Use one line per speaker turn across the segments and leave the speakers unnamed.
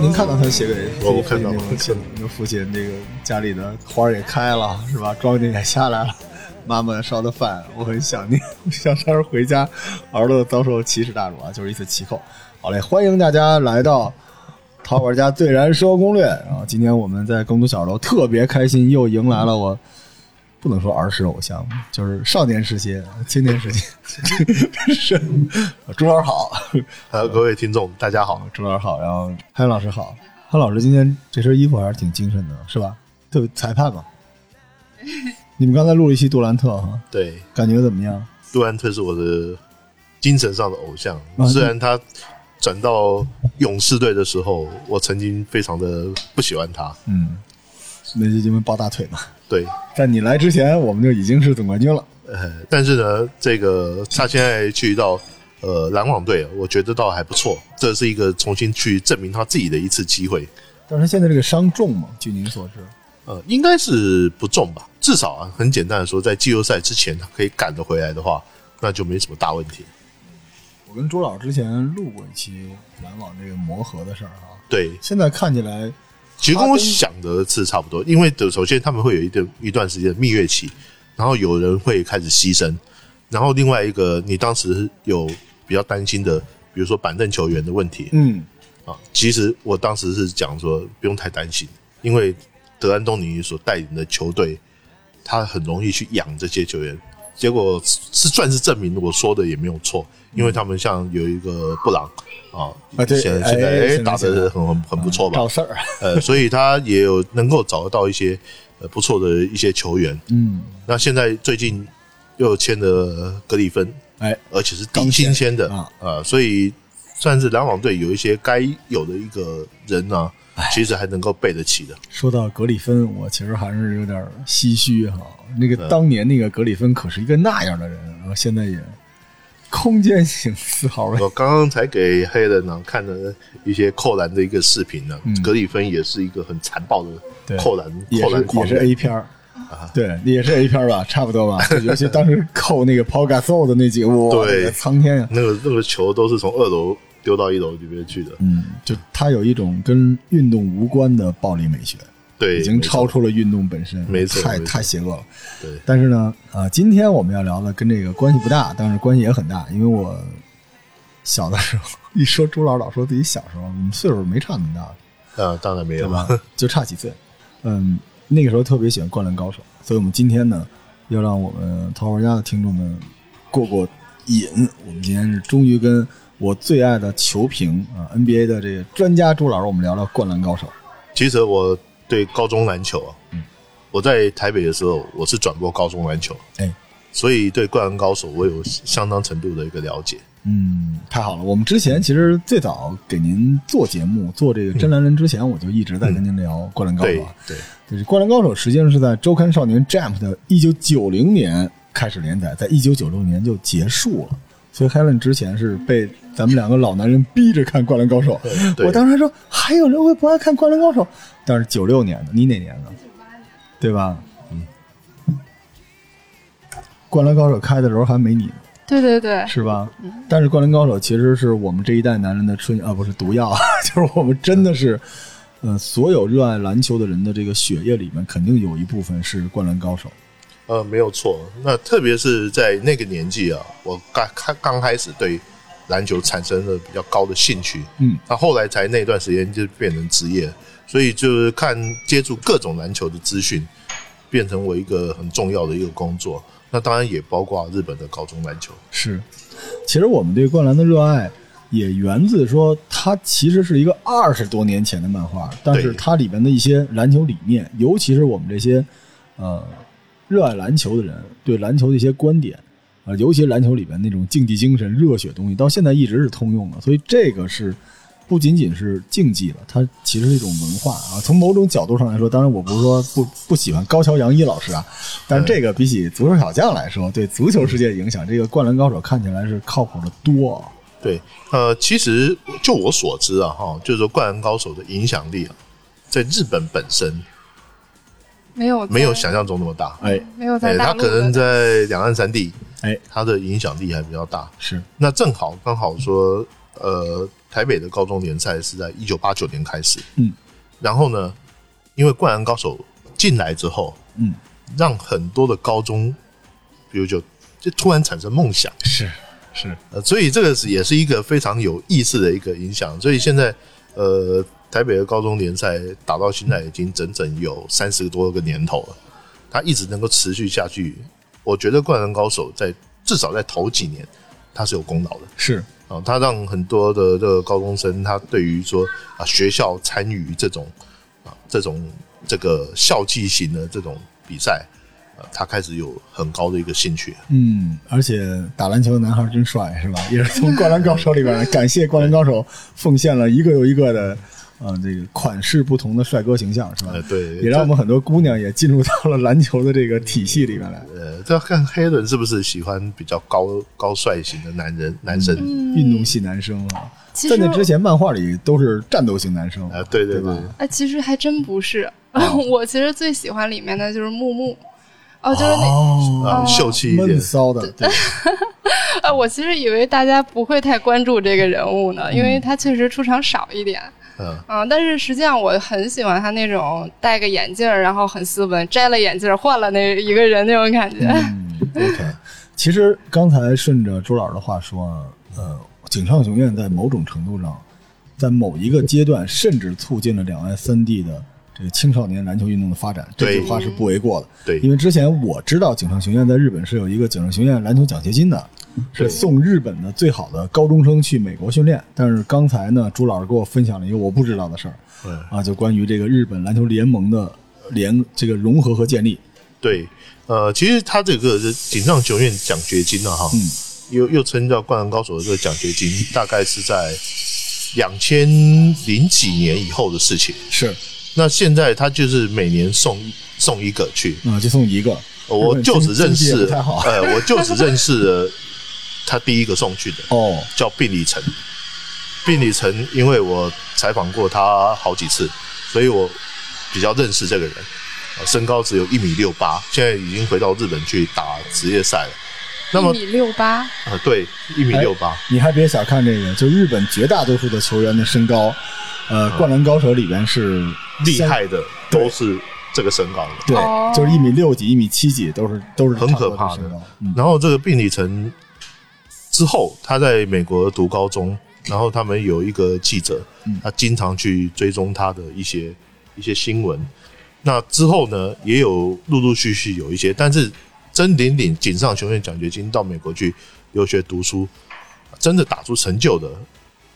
能看到他写给
我我看到了
那个可能那个父亲这个家里的花儿也开了是吧？庄稼也下来了， 妈妈烧的饭，我很想念， 想当时回家，儿子遭受奇耻大辱啊，就是一次奇扣。好嘞，欢迎大家来到。淘宝家最燃生活攻略，然后今天我们在耕读小楼特别开心，又迎来了我不能说儿时偶像， 就是少年时期、 青年时期，是 朱老师好，
还呃有各位听众，大家好，
朱老师好，然后潘老师好，潘老师今天这身衣服还是挺精神的，是吧？对裁判 嘛，你们刚才录了一期杜兰特哈，
对，
感觉怎么样？
杜兰特是我的精神上的偶像
啊，
虽然他转到勇士队的时候，我曾经非常的不喜欢他，
嗯，那就因为抱大腿嘛。
对，
在你来之前，我们就已经是总冠军了。
呃，但是呢，这个他现在去到呃篮网队，我觉得倒还不错，这是一个重新去证明他自己的一次机会，
但是现在这个伤重嘛，据您所知，
呃，应该是不重吧，至少啊，很简单的说，在季后赛之前他可以赶得回来的话，那就没什么大问题。
我跟朱老师之前录过一期篮网这个磨合的事儿啊，
对，
现在看起来
其实跟我想的是差不多，因为首先他们会有一段一段时间的蜜月期，然后有人会开始牺牲，然后另外一个你当时有比较担心的，比如说板凳球员的问题
嗯，
啊，其实我当时是讲说不用太担心，因为德安东尼所带领的球队，他很容易去养这些球员，结果是算是证明我说的也没有错，因为他们像有一个布朗啊，
啊对
现
哎
在现在
现
哎
在
打
现在
得很很很不错吧，
赵四儿，
呃，所以他也有能够找得到一些呃不错的一些球员。
嗯，
那现在最近又签了格里芬，
哎，
而且是底薪签的
刚
啊、呃所以算是篮网队有一些该有的一个人呢、
哎
其实还能够背得起的。
说到格里芬，我其实还是有点唏嘘哈。那个
嗯
当年那个格里芬可是一个那样的人，然后现在也空间型四号位，
我刚刚才给黑人呢、看了一些扣篮的一个视频呢、啊
嗯
格里芬也是一个很残暴
对
的扣篮
也
扣
是
篮
也
狂
是
人
A 片儿。
啊
对，也是 A 片儿吧，差不 多吧。就尤其当时扣那个 Paul Gasol 的那几个，哇，
对
那个苍天啊呀！
那个那个球都是从二楼丢到一楼里面去的，
嗯，就他有一种跟运动无关的暴力美学，
对，
已经
没错
超出了运动本身，
没错
太
没错
太邪恶了。
对
但是呢，啊，今天我们要聊的跟这个关系不大，但是关系也很大，因为我小的时候一说朱老老说自己小时候，我们岁数没差那么大，
啊，当然没
对
有
吧？就差几岁。嗯，那个时候特别喜欢《灌篮高手》，所以我们今天呢，要让我们淘宝家的听众们过过瘾。我们今天是终于跟我最爱的球评啊 NBA 的这个专家朱老师，我们聊聊《灌篮高手》。
其实我对高中篮球啊，
嗯
我在台北的时候，我是转播高中篮球，
哎，
所以对《灌篮高手》我有相当程度的一个了解。
嗯，太好了！我们之前其实最早给您做节目、做这个《真男人》之前，我就一直在跟您聊《灌篮高手》
对
啊。
对，
就是《灌篮高手》实际上是在《周刊少年 Jump》的一九九零年开始连载，在一九九六年就结束了。所以 Helen 之前是被咱们两个老男人逼着看《灌篮高手》
对
我当时还说还有人会不爱看《灌篮高手》，但是九六年的，你哪年的？对吧？嗯，《灌篮高手》开的时候还没你呢。
对对对，
是吧？但是《灌篮高手》其实是我们这一代男人的春啊，不 是毒药，就是我们真的是，呃，所有热爱篮球的人的这个血液里面，肯定有一部分是《灌篮高手》。
呃，没有错。那特别是在那个年纪啊，我刚刚刚开始对篮球产生了比较高的兴趣，
嗯，
那后来才那段时间就变成职业，所以就是看接触各种篮球的资讯，变成我一个很重要的一个工作。那当然也包括日本的高中篮球。
是，其实我们对灌篮的热爱也源自说，它其实是一个二十多年前的漫画，但是
对
它里边的一些篮球理念，尤其是我们这些呃热爱篮球的人对篮球的一些观点。啊，尤其篮球里边那种竞技精神、热血东西，到现在一直是通用的，所以这个是不仅仅是竞技了，它其实是一种文化啊。从某种角度上来说，当然我不是说不不喜欢高桥阳一老师啊，但这个比起足球小将来说，对足球世界影响，这个《灌篮高手》看起来是靠谱的多啊。
对，呃，其实就我所知啊，哈，就是说《灌篮高手》的影响力啊，在日本本身
没有在
没有想象中那么大。
哎
没有嗯在
哎，
大
他
陆
可能
的
在两岸三地，
哎，
它的影响力还比较大。
是
那正好刚好说，呃，台北的高中联赛是在一九八九年开始，
嗯，
然后呢，因为灌篮高手进来之后，
嗯，
让很多的高中，比如就就突然产生梦想，
是是，
呃，所以这个是也是一个非常有意思的一个影响。所以现在，呃，台北的高中联赛打到现在已经整整有三十多个年头了，它一直能够持续下去。我觉得《灌篮高手在》至少在头几年，它是有功劳的
是
啊、它让很多的这个高中生，他对于说啊学校参与这种啊这种这个校际型的这种比赛，啊，他开始有很高的一个兴趣。
嗯，而且打篮球的男孩真帅，是吧？也是从《灌篮高手》里边，感谢《灌篮高手》奉献了一个又一个的，呃，这个款式不同的帅哥形象，是吧
呃，？对，
也让我们很多姑娘也进入到了篮球的这个体系里面来。
呃，这要看黑人是不是喜欢比较高高帅型的男人男生。
嗯
运动系男生啊，
其
在
实
那之前，漫画里都是战斗型男生
啊对对
对吧
对
哎，其实还真不是。
哦
我其实最喜欢里面的就是木木，哦，就是那
哦
啊，秀气一
闷
点，
骚的， 对，
哎，我其实以为大家不会太关注这个人物呢，因为他确实出场少一点。
嗯，
嗯，但是实际上我很喜欢他那种戴个眼镜儿，然后很斯文，摘了眼镜儿换了那一个人那种感觉。
嗯，OK。其实刚才顺着周老师的话说啊，呃，井上雄彦在某种程度上，在某一个阶段，甚至促进了两岸三地的这个青少年篮球运动的发展，这
对
句话是不为过的。
对
因为之前我知道井上雄彦在日本是有一个井上雄彦篮球奖学金的，是
对
送日本的最好的高中生去美国训练。但是刚才呢，朱老师给我分享了一个我不知道的事儿
嗯，
啊，就关于这个日本篮球联盟的联这个融合和建立。
对，呃，其实他这个是锦上雄院奖学金呢，哈，
嗯
又又称叫灌篮高手的这个奖学金，大概是在两千零几年以后的事情。
是，
那现在他就是每年送送一个去，
啊，就送一个，日
我
本
就
经
只
经
认
济也
识
不太好，
呃，我就只认识了他第一个送去的，
哦，
叫病理层。病理层，因为我采访过他好几次，所以我比较认识这个人。呃身高只有一米六八，现在已经回到日本去打职业赛了。那么
一，米六八，
呃，对，一米
哎
六八，
你还别小看这个，就日本绝大多数的球员的身高，呃，灌篮高手里边是
嗯厉
相，
害的都是这个身高的。
对
哦，
就是一米六几、一米七几，都是都是
很
差不
可
多
怕的
身高。嗯
然后这个病理层之后，他在美国读高中，然后他们有一个记者
嗯，
他经常去追踪他的一些一些新闻。那之后呢，也有陆陆续续有一些，但是真顶顶井上雄彦奖学金到美国去留学读书，真的打出成就的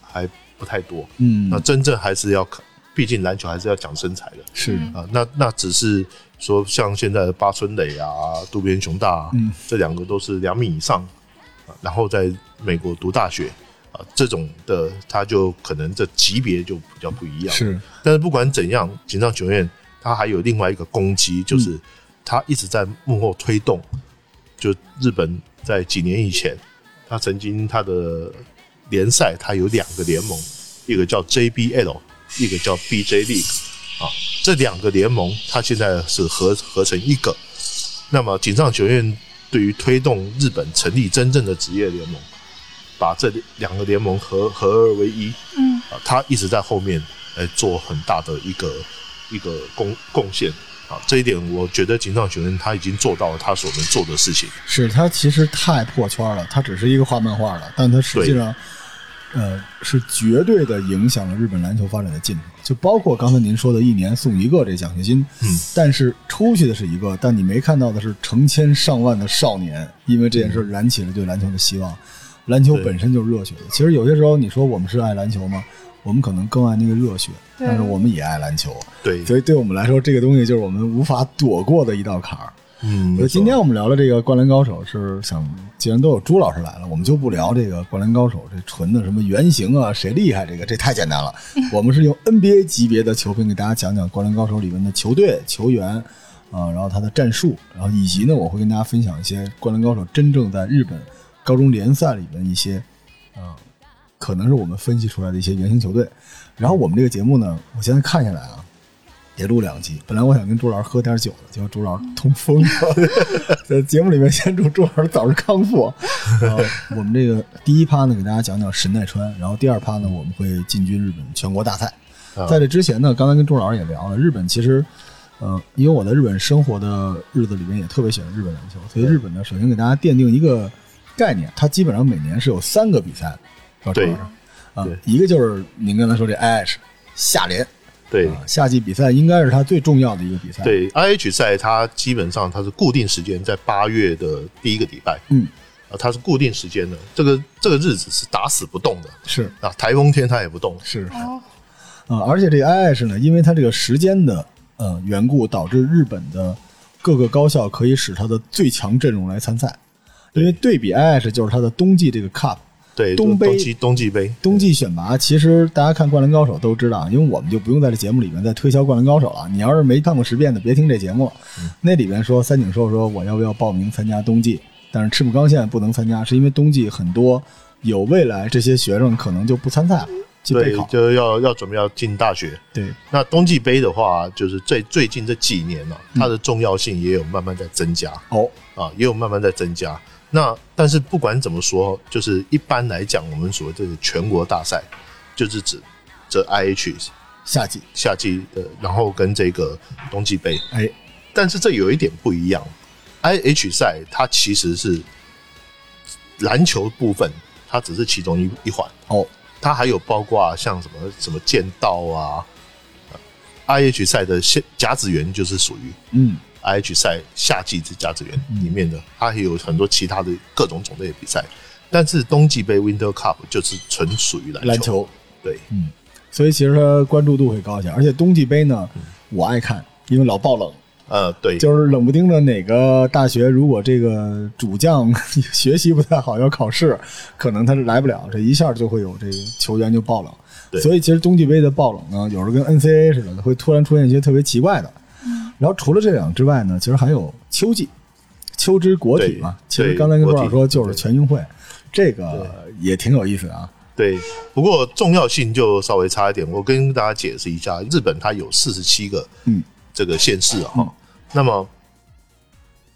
还不太多。那
嗯，
真正还是要看，毕竟篮球还是要讲身材的。
是，
啊，那那只是说像现在的八村垒啊、渡边雄大、啊，
嗯
这两个都是两米以上、啊，然后在美国读大学啊，这种的他就可能这级别就比较不一样。，
是，
但是不管怎样，锦上球院他还有另外一个攻击，就是他一直在幕后推动，就日本在几年以前，他曾经他的联赛他有两个联盟，一个叫 JBL，一个叫 BJ League。啊，这两个联盟，它现在是合合成一个。那么，井上学院对于推动日本成立真正的职业联盟，把这两个联盟合合二为一，
嗯，
啊，他一直在后面呃做很大的一个一个贡贡献啊，这一点我觉得井上雄彦他已经做到了他所能做的事情。
是他其实太破圈了，他只是一个画漫画的，但他实际上，呃，是绝对的影响了日本篮球发展的进程。就包括刚才您说的，一年送一个这奖学金，
嗯，
但是出去的是一个，但你没看到的是成千上万的少年，因为这件事燃起了对篮球的希望。篮球
对
本身就是热血的，其实有些时候你说我们是爱篮球吗？我们可能更爱那个热血，
对
但是我们也爱篮球，
对，
所以对我们来说，这个东西就是我们无法躲过的一道坎儿。所
嗯，
以
没错
今天我们聊的这个《灌篮高手》，是想既然都有朱老师来了，我们就不聊这个《灌篮高手》这纯的什么原型啊，谁厉害这个，这太简 单了。我们是用 NBA 级别的球评给大家讲讲《灌篮高手》里面的球队、球员啊、然后他的战术，然后以及呢，我会跟大家分享一些《灌篮高手》真正在日本高中联赛里面一些啊、可能是我们分析出来的一些原型球队。然后我们这个节目呢，我现在看下来啊，也录两集。本来我想跟朱老师喝点酒的，结果朱老师痛风了。 在节目里面先祝朱老师早日康复。然后我们这个第一趴呢，给大家讲讲神奈川，然后第二趴呢，我们会进军日本全国大赛。
啊
在这之前呢，刚才跟朱老师也聊了，日本其实，呃，因为我在日本生活的日子里面也特别喜欢日本篮球，所以日本呢，首先给大家奠定一个概念，它基本上每年是有三个比赛，是吧
对
朱老师啊
对，
一个就是您刚才说这 IH 夏联，
对
啊，夏季比赛应该是它最重要的一个比赛，，
对，IH 赛它基本上它是固定时间在八月的第一个礼拜，
嗯，
啊，它是固定时间的，这个这个日子是打死不动的
是
啊，台风天它也不动，
是啊、
哦，
而且这个 IH 呢，因为它这个时间的呃缘故，导致日本的各个高校可以使它的最强阵容来参赛，因为对比 IH 就是它的冬季这个 Cup。
对，
东杯
冬季冬季杯，
冬季选拔，其实大家看《灌篮高手》都知道，啊因为我们就不用在这节目里面再推销《灌篮高手》了。你要是没看过十遍的，别听这节目了。
嗯
那里边说三井寿说我要不要报名参加冬季，但是赤木刚宪不能参加，是因为冬季很多有未来这些学生可能就不参赛了，去备
对
考，。
就要要准备要进大学。
对，
那冬季杯的话，就是最最近这几年呢、它的重要性也有慢慢在增加
哦，
啊，也有慢慢在增加。那但是不管怎么说，就是一般来讲，我们所谓这个全国大赛，就是指这 IH
夏季，
夏季的，然后跟这个冬季杯。
哎，
但是这有一点不一样，IH 赛它其实是篮球部分，它只是其中一一环，
哦，
它还有包括像什么什么剑道啊。呃 IH 赛的夏甲子园就是属于
嗯，
IH 赛夏季之甲子园里面的，它还有很多其他的各种种类的比赛，但是冬季杯 Winter Cup 就是纯属于篮球。
篮球，
对，
嗯，所以其实它关注度会高一些，而且冬季杯呢，
嗯
我爱看，因为老爆冷。
呃，对，
就是冷不丁的哪个大学，如果这个主将 学习不太好要考试，可能他是来不了，这一下就会有这个球员就爆冷。
对
所以其实冬季杯的爆冷呢，有时候跟 NCAA 似的，会突然出现一些特别奇怪的。然后除了这两之外呢，其实还有秋季，秋之国体嘛。
对
其实刚才跟
国
多
体
少说就是全运会，这个也挺有意思的啊。
对，不过重要性就稍微差一点。我跟大家解释一下，日本它有四十七个
嗯
这个县市啊、
嗯
那么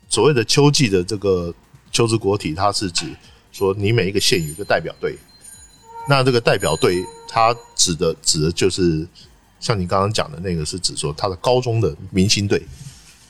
所谓的秋季的这个秋之国体，它是指说你每一个县有一个代表队。那这个代表队，它指的指的就是像你刚刚讲的那个，是指说它的高中的明星队。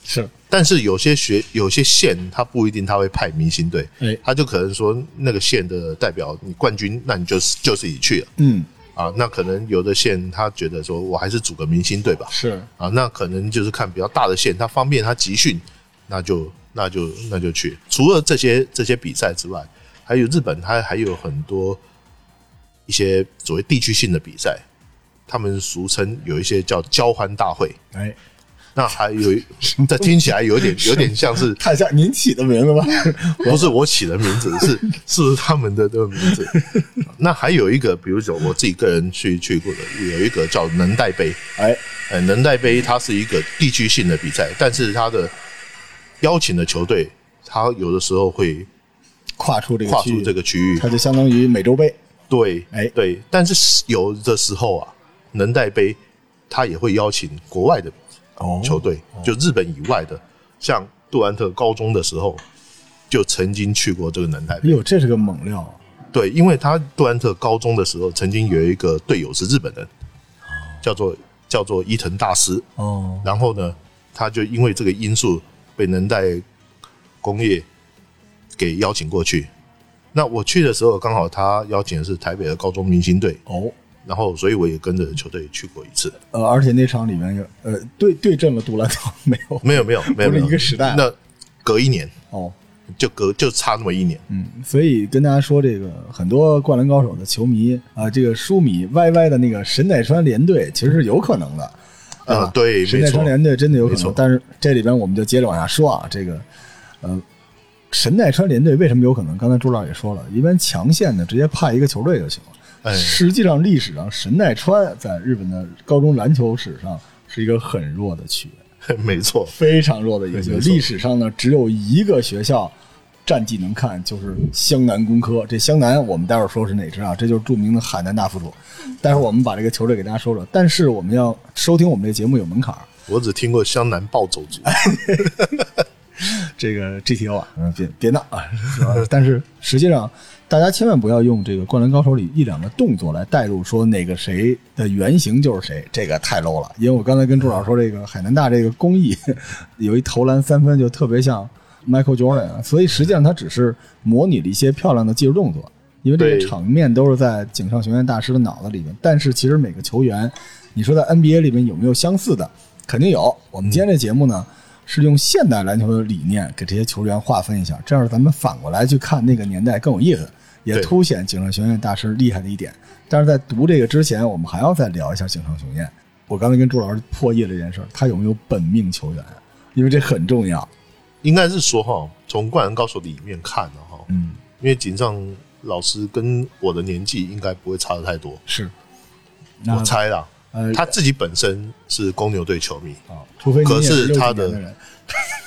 是，
但是有些学有些县，它不一定他会派明星队，
哎
他就可能说那个县的代表你冠军，那你就是就是你去了。
嗯，
啊，那可能有的县他觉得说我还是组个明星队吧，
是，
啊，那可能就是看比较大的县，他方便他集训，那就那就那就去。除了这些这些比赛之外，还有日本，它还有很多一些所谓地区性的比赛，他们俗称有一些叫交欢大会。
哎，
那还有一，这听起来有点有点像是
看一下您起的名字吧。
不是我起的名字，是 是他们的这个名字。 那还有一个，比如说我自己个人去去过的，有一个叫能代杯。
哎，
呃，能代杯它是一个地区性的比赛，但是它的邀请的球队，它有的时候会
跨出这个
跨
区
出
域，
这个区域
它。就相当于美洲杯。
对，
哎
对，但是有的时候啊，能代杯它也会邀请国外的
哦
球队，就日本以外的，像杜兰特高中的时候就曾经去过这个能代杯
哎。呦，这是个猛料啊！
对，因为他杜兰特高中的时候，曾经有一个队友是日本人，叫做叫做伊藤大师。
哦，
然后呢，他就因为这个因素被能代工业给邀请过去。那我去的时候，刚好他邀请的是台北的高中明星队，
哦，
然后所以我也跟着球队去过一次。
呃，而且那场里面有呃对对阵了杜兰特没有？
没有没有没有，
不
没
是
有
一个时代啊
那隔一年
哦，
就隔就差那么一年。
嗯，所以跟大家说，这个很多《灌篮高手》的球迷啊、这个书迷 YY 的那个神奈川联队其实是有可能的。
呃
啊
对
神
没
奈
错
川联队真的有可
没
能
错，
但是这里边我们就接着往下说啊，这个呃，神奈川联队为什么有可能？刚才朱老师也说了，一般强县呢直接派一个球队就行了。
哎
实际上，历史上神奈川在日本的高中篮球史上是一个很弱的区域，
没错，
非常弱的一个区域。
没错
历史上呢，只有一个学校战绩能看，就是湘南工科。这湘南我们待会儿说是哪支啊？这就是著名的海南大附属。待会儿我们把这个球队给大家说说。但是我们要收听我们这节目有门槛儿，
我只听过湘南暴走族，
这个 GTO 啊，嗯别别闹 啊！是吧但是实际上，大家千万不要用这个《灌篮高手》里一两个动作来代入说哪个谁的原型就是谁，这个太 low 了。因为我刚才跟朱老师说，这个海南大这个工艺 有一投篮三分就特别像 Michael Jordan，啊所以实际上他只是模拟了一些漂亮的技术动作，因为这个
对
场面都是在井上雄彦大师的脑子里面。但是其实每个球员，你说在 NBA 里面有没有相似的？肯定有。我们今天这节目呢，是用现代篮球的理念给这些球员划分一下，这样咱们反过来去看那个年代更有意思，也
对
凸显井上雄彦大师厉害的一点。但是在读这个之前，我们还要再聊一下井上雄彦。我刚才跟朱老师破译了这件事儿，他有没有本命球员？啊因为这很重要。
应该是说哈，从《灌篮高手》里面看的哈，
嗯，
因为井上老师跟我的年纪应该不会差的太多，
是。那
我猜啦，
呃，
他自己本身是公牛队球迷，
啊，除非你
可
也
是
60
他
年
的
的人，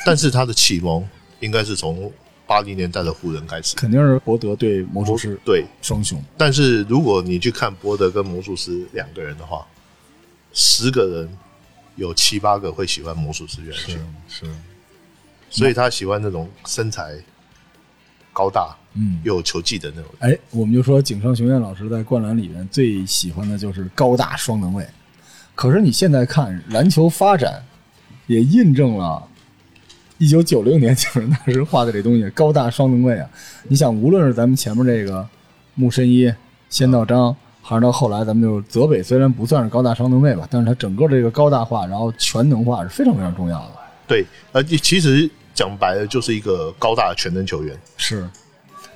但是他的启蒙应该是从八零年代的湖人开始。
肯定是伯德对魔术师
对，
双雄。
但是如果你去看波德跟魔术师两个人的话，十个人有七八个会喜欢魔术师原型，
是，
所以他喜欢那种身材高大
嗯，
又有球技的那种。
哎，我们就说井上雄彦老师在灌篮里面最喜欢的就是高大双能卫。可是你现在看篮球发展，也印证了一九九六年 井上大师画的这东西——高大双能卫啊！你想，无论是咱们前面这个木申一、仙道章，还是到后来咱们就是泽北，虽然不算是高大双能卫吧，但是他整个这个高大化，然后全能化是非常非常重要的。
对，而且其实讲白了就是一个高大的全能球员，
是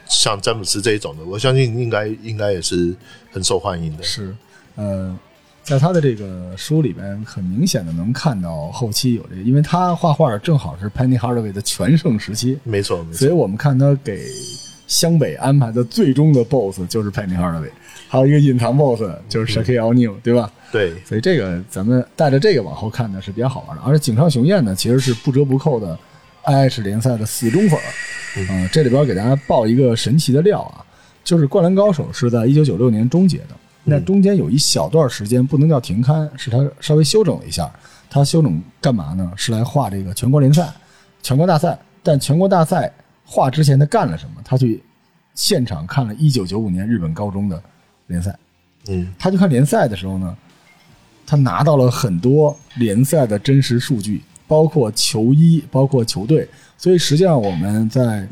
像詹姆斯这一种的，我相信应该应该也是很受欢迎的。
是，呃，在他的这个书里边，很明显的能看到后期有这个，因为他画画正好是 Penny Hardaway 的全盛时期，
没错，没
所以
错，
我们看他给湘北安排的最终的 BOSS 就是 Penny Hardaway，还有一个隐藏 BOSS 就是 Shaquille O'Neal，对吧？
对
所以这个咱们带着这个往后看呢是比较好玩的。而且井上雄彦呢，其实是不折不扣的 IH 联赛的死忠粉儿。嗯、这里边给大家爆一个神奇的料啊，就是《灌篮高手》是在一九九六年终结的，那中间有一小段时间不能叫停刊，是他稍微修整了一下。他修整干嘛呢？是来画这个全国联赛、全国大赛。但全国大赛画之前他干了什么？他去现场看了一九九五年日本高中的联赛。
嗯，
他去看联赛的时候呢，他拿到了很多联赛的真实数据，包括球衣，包括球队。所以实际上我们在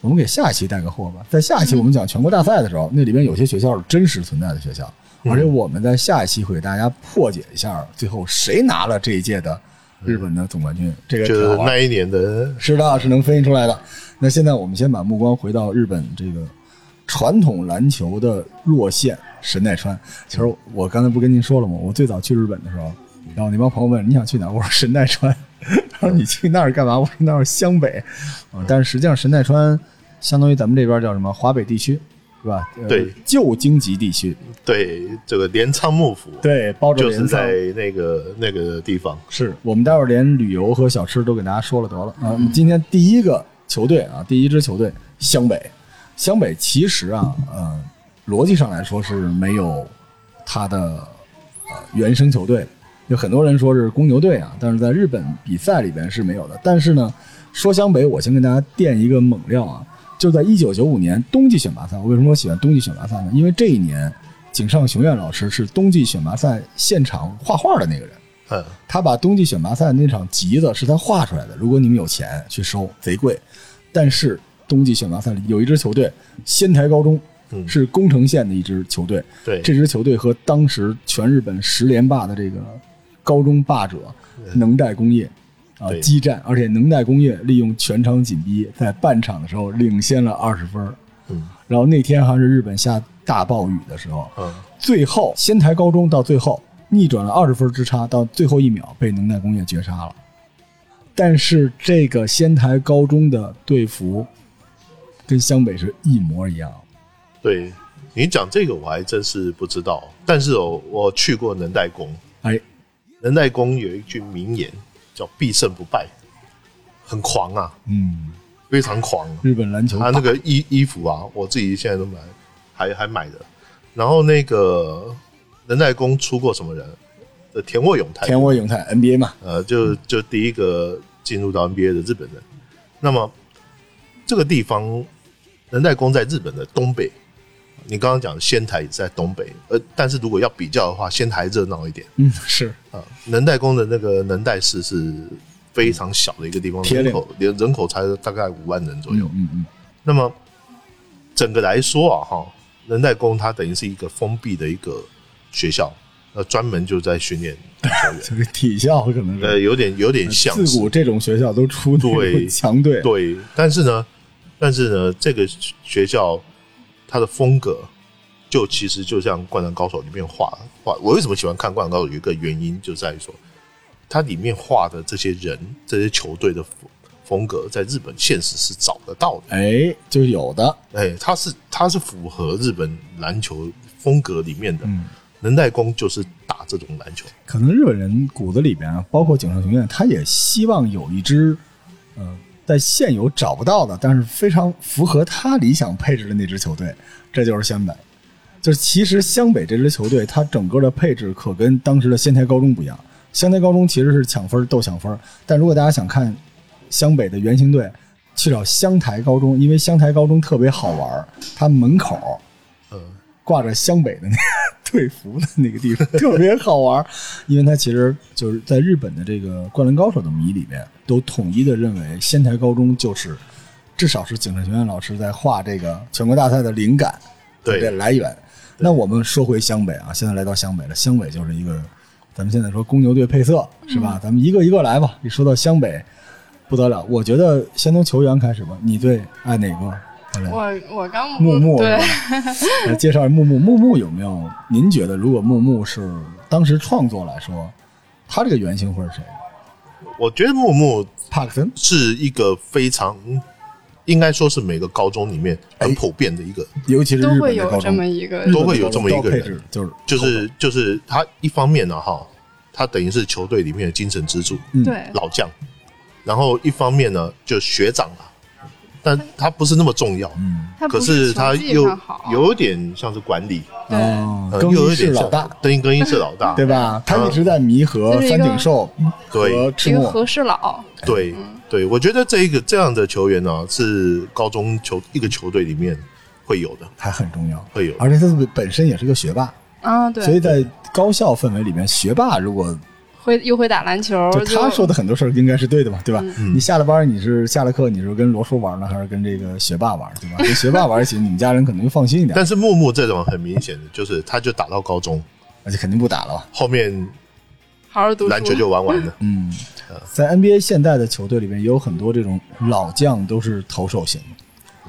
我们给下一期带个货吧，在下一期我们讲全国大赛的时候，那里边有些学校是真实存在的学校，而且我们在下一期会给大家破解一下最后谁拿了这一届的日本的总冠军。这个
就
挺好
是
玩
那一年的
是的，是能分析出来的。那现在我们先把目光回到日本这个传统篮球的弱县神奈川。其实我刚才不跟您说了吗？我最早去日本的时候，然后那帮朋友问你想去哪儿，我说神奈川。他说你去那儿干嘛？我说那儿湘北。
嗯
啊但是实际上神奈川相当于咱们这边叫什么华北地区，是吧？呃
对，
旧京极地区，
对这个镰仓幕府，，
对，包着
就是
镰仓
在那个那个地方。
是我们待会儿连旅游和小吃都给大家说了得了。啊，我们今天第一个球队啊，第一支球队湘北，湘北其实啊，呃，逻辑上来说是没有它的呃原生球队的，有很多人说是公牛队啊，但是在日本比赛里边是没有的。但是呢，说湘北，我先跟大家垫一个猛料啊，就在一九九五年冬季选拔赛，我为什么说喜欢冬季选拔赛呢？因为这一年井上雄彦老师是冬季选拔赛现场画画的那个人。
嗯，
他把冬季选拔赛那场集子是他画出来的，如果你们有钱去收，贼贵。但是冬季选拔赛里有一支球队，仙台高中，
嗯
是宫城县的一支球队。
对，
这支球队和当时全日本十连霸的这个高中霸者能代工业啊
对
激战，而且能代工业利用全场紧逼，在半场的时候领先了二十分儿。
嗯
然后那天还是日本下大暴雨的时候，
嗯，
最后仙台高中到最后逆转了二十分之差，到最后一秒被能代工业绝杀了。但是这个仙台高中的队服跟湘北是一模一样，
对你讲这个我还真是不知道，但是哦，我去过能代宫，
哎，
能代宫有一句名言叫“必胜不败”，很狂啊，
嗯，
非常狂、啊。
日本篮球
他那个 衣衣服啊，我自己现在都买，还还买的。然后那个能代宫出过什么人？呃田沃永太，
田嗯沃永泰 NBA 嘛，
呃，就就第一个进入到 NBA 的日本人。那么这个地方，能代宫在日本的东北。你刚刚讲仙台也是在东北，呃，但是如果要比较的话，仙台热闹一点
嗯，是
啊。能代宫的那个能代市是非常小的一个地方，
铁
人
岭
口人人口才大概五万人左右。
嗯嗯
那么整个来说啊，哈，能代工它等于是一个封闭的一个学校，呃，专门就在训练球
嗯，
员，
这个体校可能
呃，
是
有点有点像
嗯自
是
古这种学校都出那
对
种强队，
对，但是呢，但是呢，这个学校它的风格就其实就像《灌篮高手》里面画画，我为什么喜欢看《灌篮高手》？有一个原因就在于说，它里面画的这些人、这些球队的风风格，在日本现实是找得到的。
哎，就有的，
哎，它是它是符合日本篮球风格里面的。
嗯
能代工就是打这种篮球，
可能日本人骨子里边啊，包括井上雄彦，他也希望有一支，呃，在现有找不到的，但是非常符合他理想配置的那支球队，这就是湘北。就是其实湘北这支球队，它整个的配置可跟当时的仙台高中不一样。仙台高中其实是抢分儿斗抢分儿，但如果大家想看湘北的原型队，去找湘台高中，因为湘台高中特别好玩儿，它门口儿
呃，
挂着湘北的那个队服的那个地方， 特别好玩儿，因为它其实就是在日本的这个《灌篮高手》的迷里面，都统一的认为仙台高中就是至少是井上学院老师在画这个全国大赛的灵感
对
的来源。那我们说回湘北啊，现在来到湘北了，湘北就是一个咱们现在说公牛队配色是吧？咱们一个一个来吧。一说到湘北，不得了，我觉得先从球员开始吧。你最爱哪个？阿雷
嗯
我我刚
木木啊
对，
来介绍一下木木，木木有没有？您觉得如果木木是当时创作来说，他这个原型会是谁？
我觉得木木
帕克森
是一个非常，应该说是每个高中里面
哎
很普遍的一个，
尤其是
都
日
会
本的
有
高
这
中
么，一个
日本的
都会有这么一个人
高中高配置就是
就是就是他一方面呢哈，他等于是球队里面的精神支柱，
嗯
对
老将，然后一方面呢就学长啊，但他不是那么重要，
嗯
他
可
不
是他
成绩
又
上好
有点像是管理，
对
哦，
呃，
更
又
衣
有
室
点
老
像
大，
更衣更衣室老大，
对吧？他一直在弥合
就是一
三
个
井寿和
对
赤
一个
木，
和事佬，
对对，我觉得这一个这样的球员呢、是高中球一个球队里面会有的，
还很重要。
会有的。
而且他本身也是个学霸，
啊，
所
对
以，在高校氛围里面，学霸如果
会又会打篮球，
就他说的很多事儿应该是对的嘛，对吧？
嗯
你下了班，你是下了课，你是跟罗叔玩呢，还是跟这个学霸玩，对吧？跟学霸玩起，你们家人可能就放心一点，
但是木木这种很明显的就是，他就打到高中
而且肯定不打了吧？
后面
好好读书，
篮球就玩完了。
嗯，在 NBA 现在的球队里面，也有很多这种老将都是投手型的，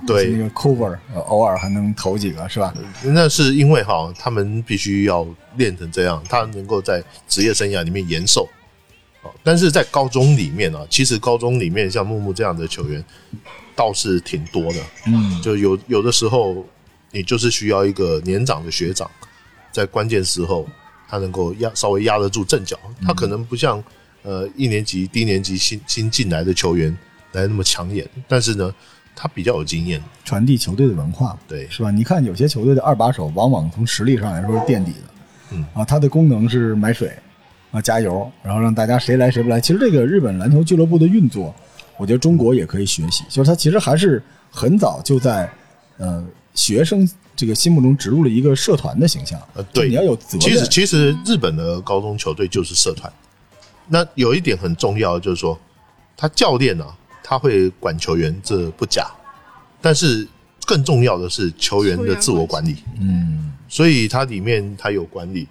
那
对，嗯
个 Cooper 呃偶尔还能投几个，是吧？
那是因为哈，他们必须要练成这样，他能够在职业生涯里面延寿。哦但是在高中里面啊，其实高中里面像木木这样的球员倒是挺多的。
嗯，
就有有的时候，你就是需要一个年长的学长，在关键时候他能够压稍微压得住阵脚。他可能不像呃一年级、低年级新新进来的球员来那么抢眼，但是呢，他比较有经验。
传递球队的文化，
对
是吧？你看有些球队的二把手，往往从实力上来说是垫底的，
嗯
啊，它的功能是买水啊加油，然后让大家谁来谁不来。其实这个日本篮球俱乐部的运作，我觉得中国也可以学习，就是它其实还是很早就在呃学生这个心目中植入了一个社团的形象，
呃，对，
你要有责任，
其实其实日本的高中球队就是社团。那有一点很重要，就是说，他教练啊，他会管球员，这不假，但是更重要的是球员的自我管理。
嗯，
所以它里面它有管理，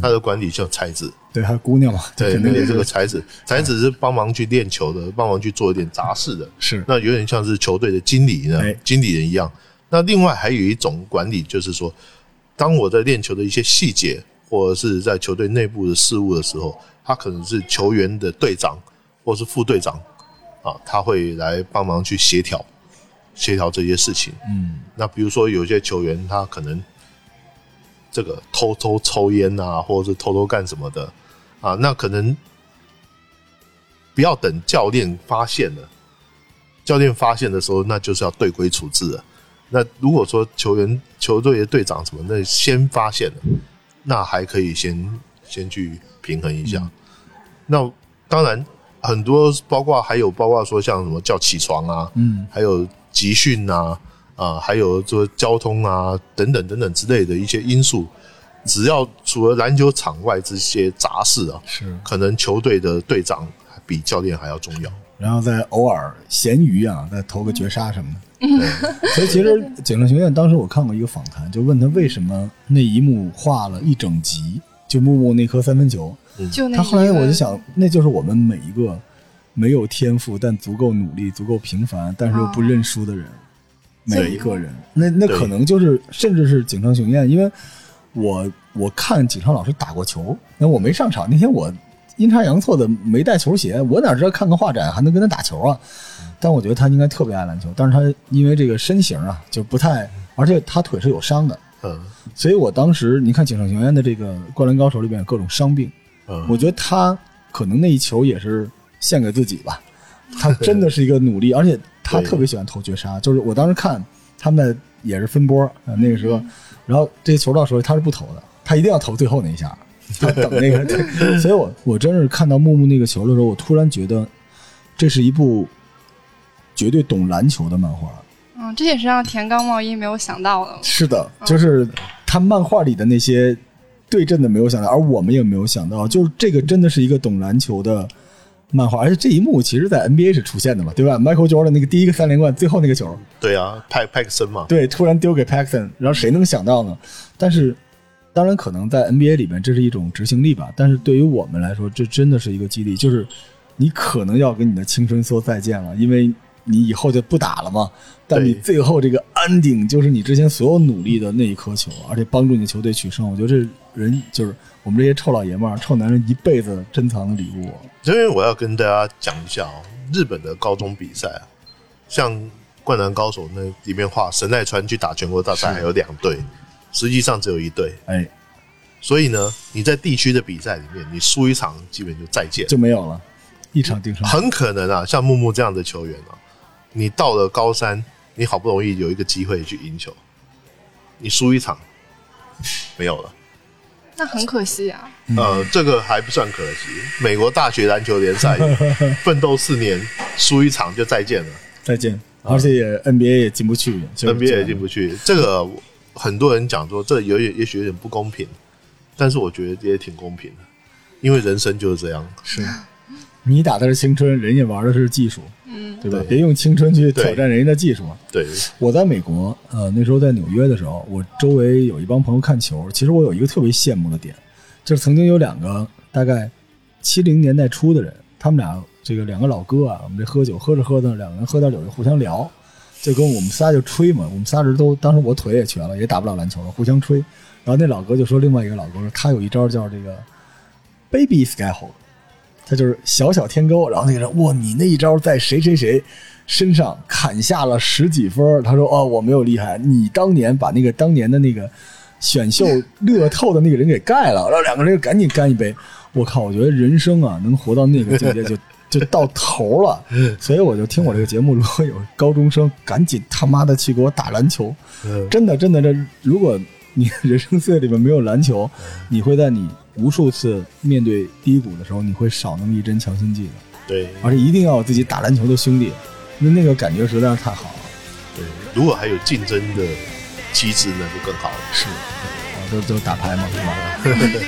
它的管理叫才子，
对，还有姑娘嘛，
对，
肯
那
定
个
也
这
是
个才子，才子是帮忙去练球的，帮忙去做一点杂事的，
是
那有点像是球队的经理呢
哎，
经理人一样。那另外还有一种管理，就是说，当我在练球的一些细节，或者是在球队内部的事务的时候，他可能是球员的队长或是副队长啊，他会来帮忙去协调协调这些事情。
嗯，
那比如说有些球员他可能这个偷偷抽烟啊，或者是偷偷干什么的啊，那可能不要等教练发现了，教练发现的时候，那就是要队规处置了。那如果说球员、球队的队长什么，那先发现了，那还可以先先去平衡一下。那当然，很多包括还有包括说像什么叫起床啊，
嗯
还有集训啊，啊、还有说交通啊等等等等之类的一些因素，只要除了篮球场外这些杂事啊，
是。
可能球队的队长比教练还要重要。
然后再偶尔闲鱼啊，再投个绝杀什么的。所以其实《警政学院》当时我看过一个访谈，就问他为什么那一幕画了一整集，就木木那颗三分球。
就那
他后来
一个
我就，想，那就是我们每一个没有天赋但足够努力、足够平凡，但是又
啊
不认输的人，每一个人。那那
对
可能就是，甚至是井上雄彦，因为我我看井上老师打过球，那我没上场那天我阴差阳错的没带球鞋，我哪知道看个画展还能跟他打球啊？但我觉得他应该特别爱篮球，但是他因为这个身形啊，就不太，而且他腿是有伤的，
嗯
所以我当时你看井上雄彦的这个《灌篮高手》里边有各种伤病。我
嗯，
觉得他可能那一球也是献给自己吧，他真的是一个努力，而且他特别喜欢投绝杀。就是我当时看他们在也是分波，呃那个时候，然后这球到手里他是不投的，他一定要投最后那一下，他等那个。对所以我我真是看到木木那个球的时候，我突然觉得这是一部绝对懂篮球的漫画。
嗯，这也是让田刚茂一没有想到的。
是的，就是他漫画里的那些对阵的没有想到，而我们也没有想到，就是这个真的是一个懂篮球的漫画，而且这一幕其实在 NBA 是出现的嘛，对吧？Michael Jordan 那个第一个三连冠，最后那个球，
对啊，派派克森嘛，
对，突然丢给 Paxton，然后谁能想到呢？但是，当然可能在 NBA 里面这是一种执行力吧，但是对于我们来说，这真的是一个激励，就是你可能要跟你的青春说再见了，因为你以后就不打了嘛。但
对
你最后这个 ending 就是你之前所有努力的那一颗球，而且帮助你球队取胜，我觉得这人就是我们这些臭老爷们儿、臭男人一辈子珍藏的礼物。
因为我要跟大家讲一下哦，日本的高中比赛啊，像《灌篮高手》那里面画神奈川去打全国大赛，还有两队，实际上只有一队。
哎，
所以呢，你在地区的比赛里面，你输一场，基本就再见。
就没有了，一场定胜。
很可能啊，像木木这样的球员啊，你到了高三，你好不容易有一个机会去赢球，你输一场， 没有了。
那很可惜啊，
呃，这个还不算可惜。美国大学篮球联赛奋斗四年，输一场就再见了。
再见，而且也 NBA 也进不去
NBA 也进不去。这个很多人讲说，这有点也许有点不公平，但是我觉得也挺公平的，因为人生就是这样。
是，你打的是青春，人家玩的是技术，
嗯，
对吧？
对
别用青春去挑战人家的技术。
对，
我在美国，呃，那时候在纽约的时候，我周围有一帮朋友看球，其实我有一个特别羡慕的点，就是曾经有两个大概七零年代初的人，他们俩这个两个老哥啊，我们这喝酒喝着喝着，两个人喝点酒就互相聊，就跟我们仨就吹嘛，我们仨人都当时我腿也瘸了，也打不了篮球了，互相吹。然后那老哥就说另外一个老哥说他有一招叫这个 baby skyhook，他就是小小天钩。然后那个人哇，你那一招在谁谁谁身上砍下了十几分儿。他说哦，我没有厉害，你当年把那个当年的那个选秀乐透的那个人给盖了。然后两个人就赶紧干一杯。我靠，我觉得人生啊，能活到那个境界就。就到头了，所以我就听我这个节目，如果有高中生，赶紧他妈的去给我打篮球，
嗯
真的，真的，这如果你人生岁月里面没有篮球，你会在你无数次面对低谷的时候，你会少那么一针强心剂的。
对
而且一定要有自己打篮球的兄弟，那那个感觉实在是太好了。
对，如果还有竞争的机制，那就更好了。
是，啊，就就打牌嘛，是吧？